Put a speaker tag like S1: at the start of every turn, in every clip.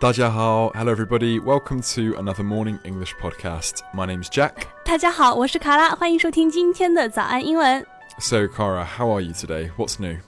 S1: 大家好，Hello everybody, welcome to another morning English podcast. My name's Jack.
S2: 大家好，我是卡拉，欢迎收听今天的早安英文
S1: So, Cara, how are you today? What's new?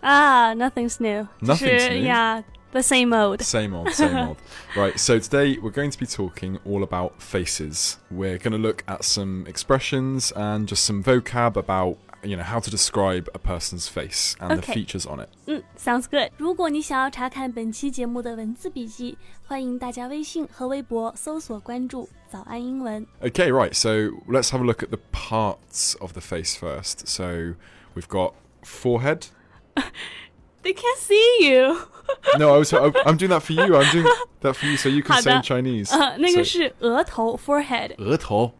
S2: 啊。Nothing's new，就
S1: Nothing's
S2: 是
S1: new
S2: yeah，the same old。
S1: Same old, same old. Right, so today we're going to be talking all about faces. We're going to look at some expressions and just some vocab about, you know, how to describe a person's face and the
S2: Okay.
S1: features on it.
S2: 嗯，sounds good。如果你想要查看本期节目的文字笔记，欢迎大家微信和微博搜索关注“早安英文
S1: Okay, right. So let's have a look at the parts of the face first. So we've got forehead. ”。
S2: They can see you。
S1: No, I was. I, I'm doing that for you. I'm doing that for you, so you can say
S2: 好的。
S1: in Chinese.
S2: 呃，那个
S1: So-
S2: 是额头 （forehead）。
S1: 额头。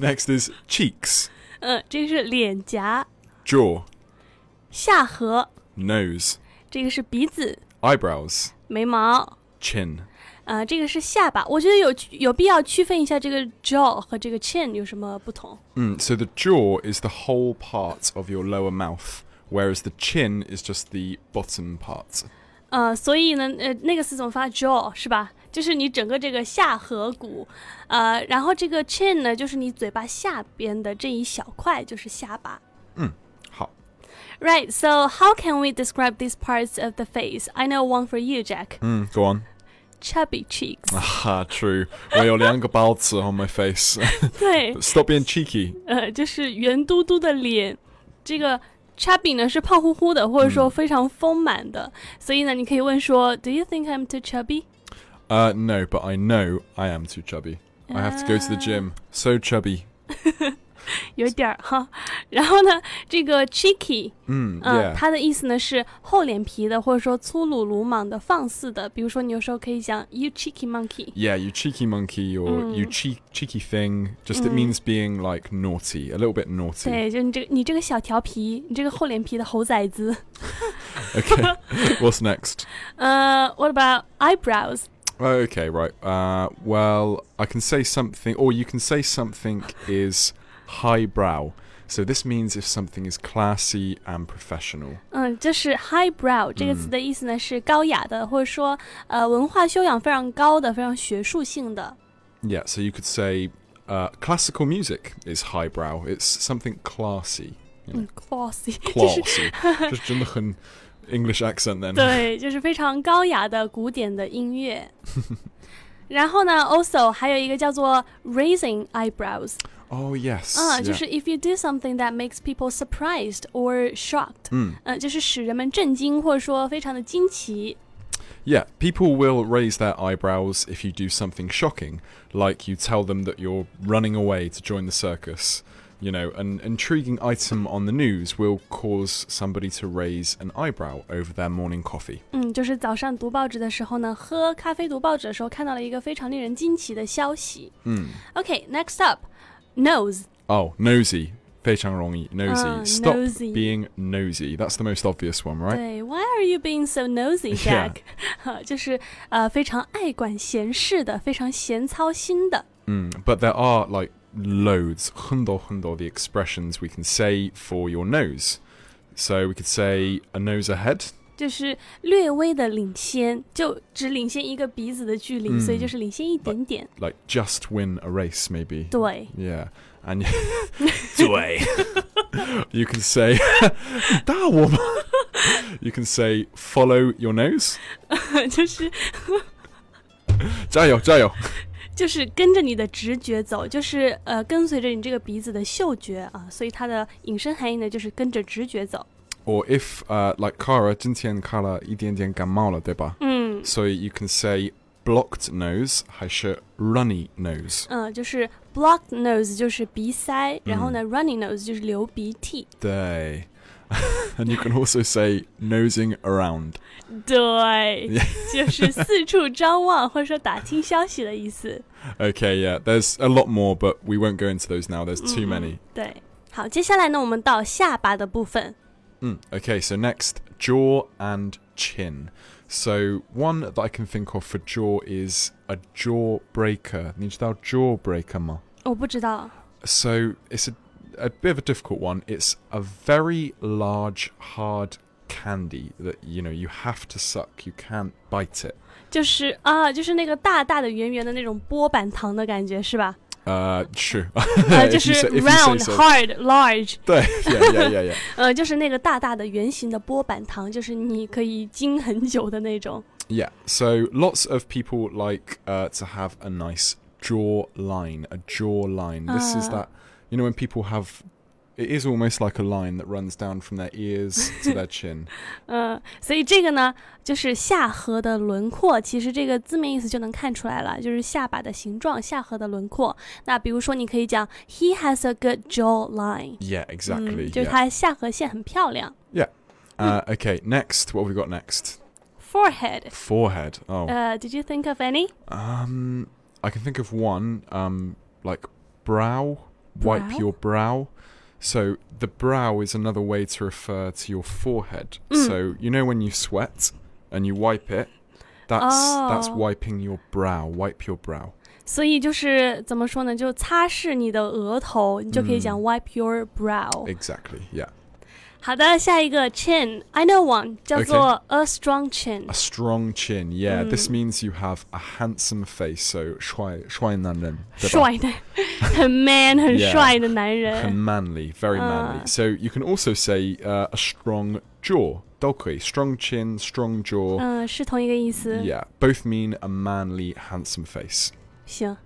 S1: Next is cheeks,
S2: 嗯、这个是脸颊、
S1: jaw,
S2: 下颌，
S1: nose,
S2: 这个是鼻子、
S1: eyebrows,
S2: 眉毛。
S1: chin.
S2: 啊、这个是下巴，我觉得有区有必要区分一下这个 jaw 和这个chin 有什么不同。
S1: Mm, so the jaw is the whole part of your lower mouth, whereas the chin is just the bottom part.
S2: 呃，所以呢，呃，那个词怎么发 jaw 是吧？就是你整个这个下颌骨，呃，然后这个 chin 呢，就是你嘴巴下边的这一小块，就是下巴。
S1: 好。
S2: Right, so how can we describe these parts of the face? I know one for you, Jack.
S1: Mm, go on.
S2: Chubby cheeks.
S1: Ah, true. Well, you're Liang on my face.，
S2: 对
S1: Stop being cheeky.
S2: 呃，就是圆嘟嘟的脸。这个 chubby 呢是胖乎乎的，或者说非常丰满的。所以呢，你可以问说，Do you think I'm too chubby？
S1: Uh, no, but I know I am too chubby. I have to go to the
S2: 啊
S1: gym. So chubby.
S2: 有点儿哈。然后呢，这个 cheeky，
S1: Mm,
S2: 嗯、
S1: yeah.
S2: 它的意思呢是厚脸皮的，或者说粗鲁鲁莽的、放肆的。比如说，你有时候可以讲 you cheeky monkey，
S1: Yeah, you cheeky monkey or you cheek, cheeky thing. Just it
S2: Mm.
S1: means being like naughty, a little bit naughty.
S2: 对，就你这你这个小调皮，你这个厚脸皮的猴崽 子。
S1: Okay, what's next?
S2: 呃、w h a t about eyebrows？
S1: Okay, right. Uh, well, I can say something, or you can say something is highbrow. So this means if something is classy and professional.
S2: 嗯，这是 highbrow 这个词的意思呢是高雅的，或者说呃文化修养非常高的、非常学术性的。
S1: Yeah, so you could say uh, classical music is highbrow. It's something classy.
S2: 嗯，classy，就是
S1: Classy. Just an English accent then.
S2: 对，就是非常高雅的古典的音乐。然后呢，also 还有一个叫做 raising eyebrows，
S1: Oh, yes.
S2: 嗯，就
S1: yeah.
S2: 是 if you do something that makes people surprised or shocked，
S1: Mm.
S2: 嗯，就是使人们震惊或者说非常的惊奇。
S1: Yeah, people will raise their eyebrows if you do something shocking, like you tell them that you're running away to join the circus. You know, an intriguing item on the news will cause somebody to raise an eyebrow over their morning coffee.
S2: 嗯，就是早上读报纸的时候呢，喝咖啡读报纸的时候看到了一个非常令人惊奇的消息。
S1: Mm.
S2: OK，next、up，nose。
S1: Oh, nosy. 非常容易, nosy.
S2: Ah,
S1: Stop
S2: nosy.
S1: being nosy. That's the most obvious one, right?
S2: 对，Why are you being so nosy,
S1: Yeah.
S2: Jack？、就是呃，非常爱管闲事的，非常闲操心的。
S1: Mm. But there are like loads, hundo hundo, the expressions we can say for your nose. So we could say a nose ahead.
S2: 就是略微的领先，就只领先一个鼻子的距离，所以
S1: 嗯
S2: 就是领先一点点。
S1: like just win a race maybe
S2: 对，
S1: yeah and you can say that woman you can say follow your nose
S2: 就是
S1: 加油,加油.
S2: 就是跟着你的直觉走，就是呃跟随着你这个鼻子的嗅觉啊，所以它的引申含义呢就是跟着直觉走。
S1: or if uh, like Cara 今天卡了一点点感冒了对吧
S2: 嗯
S1: so you can say blocked nose 还是 runny nose
S2: 嗯、呃就是 blocked nose 就是鼻塞，然后呢、running
S1: 嗯
S2: nose 就是流鼻涕。
S1: 对 and you can also say nosing around
S2: 对，就是四处张望或者说打听消息的意思。
S1: okay yeah there's a lot more but we won't go into those now there's too
S2: 嗯
S1: many
S2: 对，好，接下来呢，我们到下巴的部分。
S1: Mm, okay, so next, jaw and chin. So one that I can think of for jaw is a jawbreaker. 你知道 jawbreaker 吗？
S2: 我不知道，
S1: So it's a, a bit of a difficult one. It's a very large, hard candy that you know you have to suck. You can't bite it.
S2: 就是啊，就是那个大大的、圆圆的那种波板糖的感觉，是吧？
S1: Uh, sure.
S2: 呃，就
S1: If
S2: 是
S1: you say- if you say
S2: round、
S1: so.
S2: hard、large，
S1: 对 yeah, yeah, yeah, yeah.
S2: 呃，就是那个大大的圆形的波板糖，就是你可以经很久的那种。
S1: Yeah. So lots of people like uh, to have a nice jaw line, a jaw line. This is
S2: Ah.
S1: that you know when people have it is almost like a line that runs down from their ears to their chin.
S2: 嗯，所以这个呢，就是下颌的轮廓。其实这个字面意思就能看出来了，就是下巴的形状，下颌的轮廓。那比如说，你可以讲 He has a good jaw line，
S1: Yeah, exactly.
S2: 嗯，就是
S1: yeah.
S2: 他下颌线很漂亮。
S1: Uh, okay, next, what have we got next?
S2: Forehead，
S1: Forehead. Oh.
S2: 呃、d i d you think of any？
S1: Um, I can think of one. Um, like brow, wipe
S2: Brow?
S1: your brow. So the brow is another way to refer to your forehead.
S2: Mm.
S1: So you know when you sweat and you wipe it, that's that's
S2: Oh.
S1: wiping your brow. Wipe your brow.
S2: 所以就是怎么说呢？就擦拭你的额头，你就可以讲
S1: 嗯
S2: wipe your brow。
S1: Exactly. Yeah.
S2: 好的，下一个 chin，I know one，叫做 a strong chin
S1: A。strong chin. Yeah.
S2: Mm.
S1: This means you have a handsome face. So 帅-帅男人，对吧？
S2: 帅的， 很 man，很
S1: Yeah，
S2: 帅的男人。
S1: 很 manly, very manly.
S2: Ah.
S1: so you can also say uh, a strong jaw. 都可以, strong chin, strong jaw.
S2: 嗯，是同一个意思。
S1: Yeah, both mean a manly, handsome face.
S2: 行，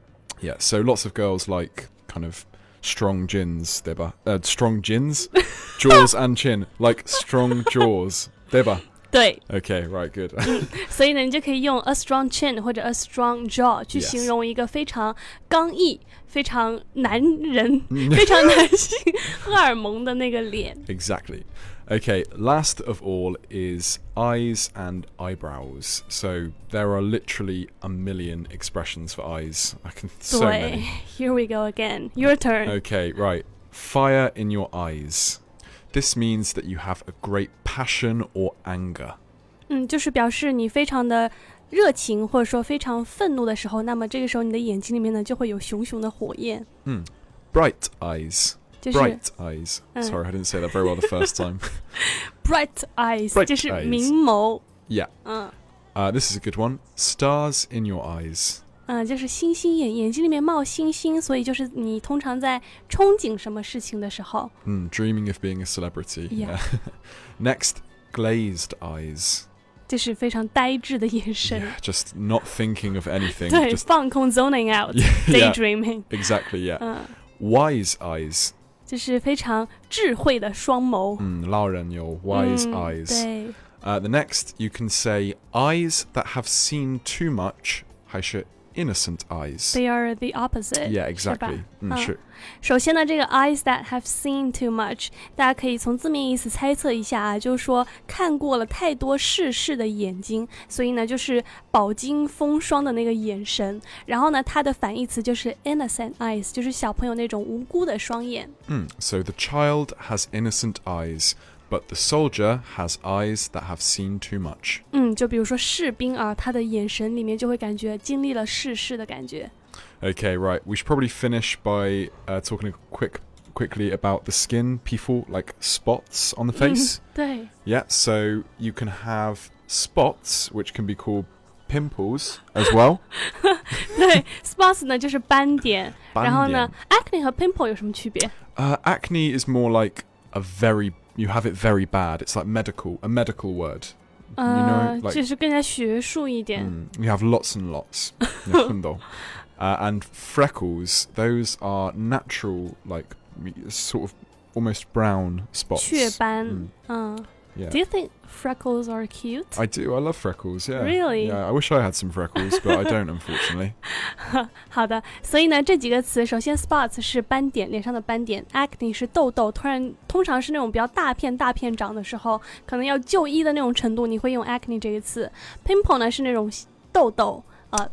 S1: Yeah, so lots of girls like kind of strong chins, deba. Uh, strong chins? jaws and chin. Like strong jaws. Deba.
S2: 对，
S1: Okay, right, good.
S2: 所以呢，你就可以用 a strong chin 或者 a strong jaw 去
S1: Yes
S2: 形容一个非常刚毅、非常男人、
S1: 嗯
S2: 非常男性 荷尔蒙的那个脸。
S1: exactly. Okay, last of all is eyes and eyebrows. So there are literally a million expressions for eyes. I can so
S2: 对
S1: many.
S2: ，Here we go again. Your turn.
S1: Okay, right. Fire in your eyes. This means that you have a great passion or anger.
S2: 嗯，就是表示你非常的热情，或者说非常愤怒的时候，那么这个时候你的眼睛里面呢就会有熊熊的火焰，
S1: Bright eyes.
S2: 就是
S1: Bright eyes. Sorry, I didn't say that very well the first time.
S2: bright eyes，
S1: Bright
S2: 就是
S1: eyes
S2: 明眸，
S1: yeah.
S2: 嗯
S1: Uh, this is a good one. Stars in your eyes.
S2: 嗯，就是星星眼，眼睛里面冒星星，所以就是你通常在憧憬什么事情的时候，
S1: Mm, dreaming of being a celebrity.
S2: Yeah.
S1: Next, glazed eyes.
S2: 就是非常呆滞的眼神
S1: Yeah, just not thinking of anything.
S2: 对，
S1: just
S2: 放空 zoning
S1: Yeah, yeah.
S2: out，daydreaming，
S1: exactly. Yeah.
S2: 嗯，
S1: Wise eyes.
S2: 就是非常智慧的双眸，
S1: Mm, Lauren, your wise
S2: 嗯
S1: eyes.
S2: 对。
S1: Uh, the next, you can say eyes that have seen too much. 还是 innocent eyes.
S2: They are the opposite.
S1: yeah,
S2: 是吧
S1: exactly. Mm,
S2: 嗯
S1: sure.
S2: 首先呢，这个 eyes that have seen too much，大家可以从字面意思猜测一下啊，就是说看过了太多世事的眼睛，所以呢就是饱经风霜的那个眼神。然后呢，它的反义词就是 innocent eyes，就是小朋友那种无辜的双眼。
S1: Mm, So the child has innocent eyes, but the soldier has eyes that have seen too much.
S2: 嗯，就比如说士兵啊，他的眼神里面就会感觉经历了世事的感觉。
S1: Okay, right. We should probably finish by uh, talking a quick, quickly about the skin, people like spots on the face.
S2: 对，
S1: yeah, so you can have spots, which can be called pimples as well.
S2: 对，spots 呢就是斑点，然后呢
S1: Bandian.
S2: ，acne 和 pimple 有什么区别？
S1: Uh, acne is more like a very you have it very bad. It's like medical, a medical word.
S2: 呃
S1: You know, like-
S2: 就是更加学术一点。
S1: Mm, you have lots and lots. Yeah, hundo. uh, and freckles, those are natural, like m- sort of almost brown
S2: 雀
S1: spots.
S2: 斑
S1: 嗯，
S2: 嗯
S1: Yeah.
S2: Do you think freckles are cute？
S1: I do. I love freckles. Yeah.
S2: Really?
S1: Yeah. I wish I had some freckles, but I don't, unfortunately.
S2: 好的，所以呢，这几个词，首先 spots 是斑点，脸上的斑点；acne 是痘痘，突然通常是那种比较大片大片长的时候，可能要就医的那种程度，你会用 acne 这个词；pimple 呢是那种痘痘，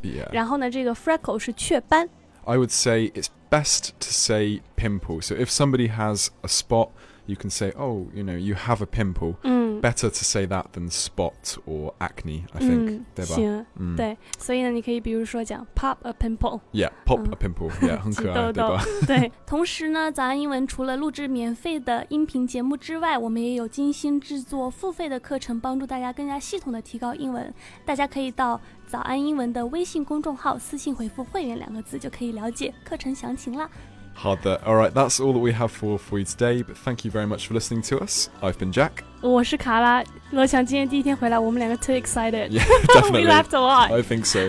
S1: Yeah.
S2: 然后呢，这个 freckle 是雀斑。
S1: I would say it's best to say pimple. So if somebody has a spot, you can say, "Oh, you know, you have a pimple."
S2: 嗯
S1: better to say that than spot or acne, I think.
S2: 嗯，
S1: 对吧
S2: 行，
S1: 嗯，
S2: 对，所以呢，你可以比如说讲 pop a pimple，
S1: Yeah, pop a
S2: 嗯
S1: pimple. Yeah, 很
S2: 挤
S1: 可爱，对
S2: 痘痘
S1: 吧？
S2: 对，同时呢，早安英文除了录制免费的音频节目之外，我们也有精心制作付费的课程，帮助大家更加系统的提高英文。大家可以到早安英文的微信公众号私信回复“会员”两个字，就可以了解课程详情啦。
S1: Hard there. All right, that's all that we have for for you today. But thank you very much for listening to us. I've been Jack.
S2: 我是卡拉，罗翔今天第一天回来，我们两个 too excited，we
S1: Yeah, definitely.
S2: laughed a lot。
S1: I think so.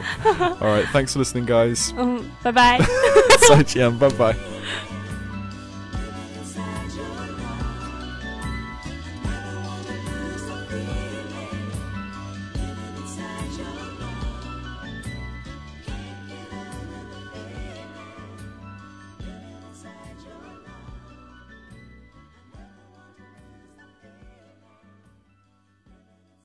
S1: all right, thanks for listening, guys.
S2: 嗯，拜拜。
S1: Sai Bye bye.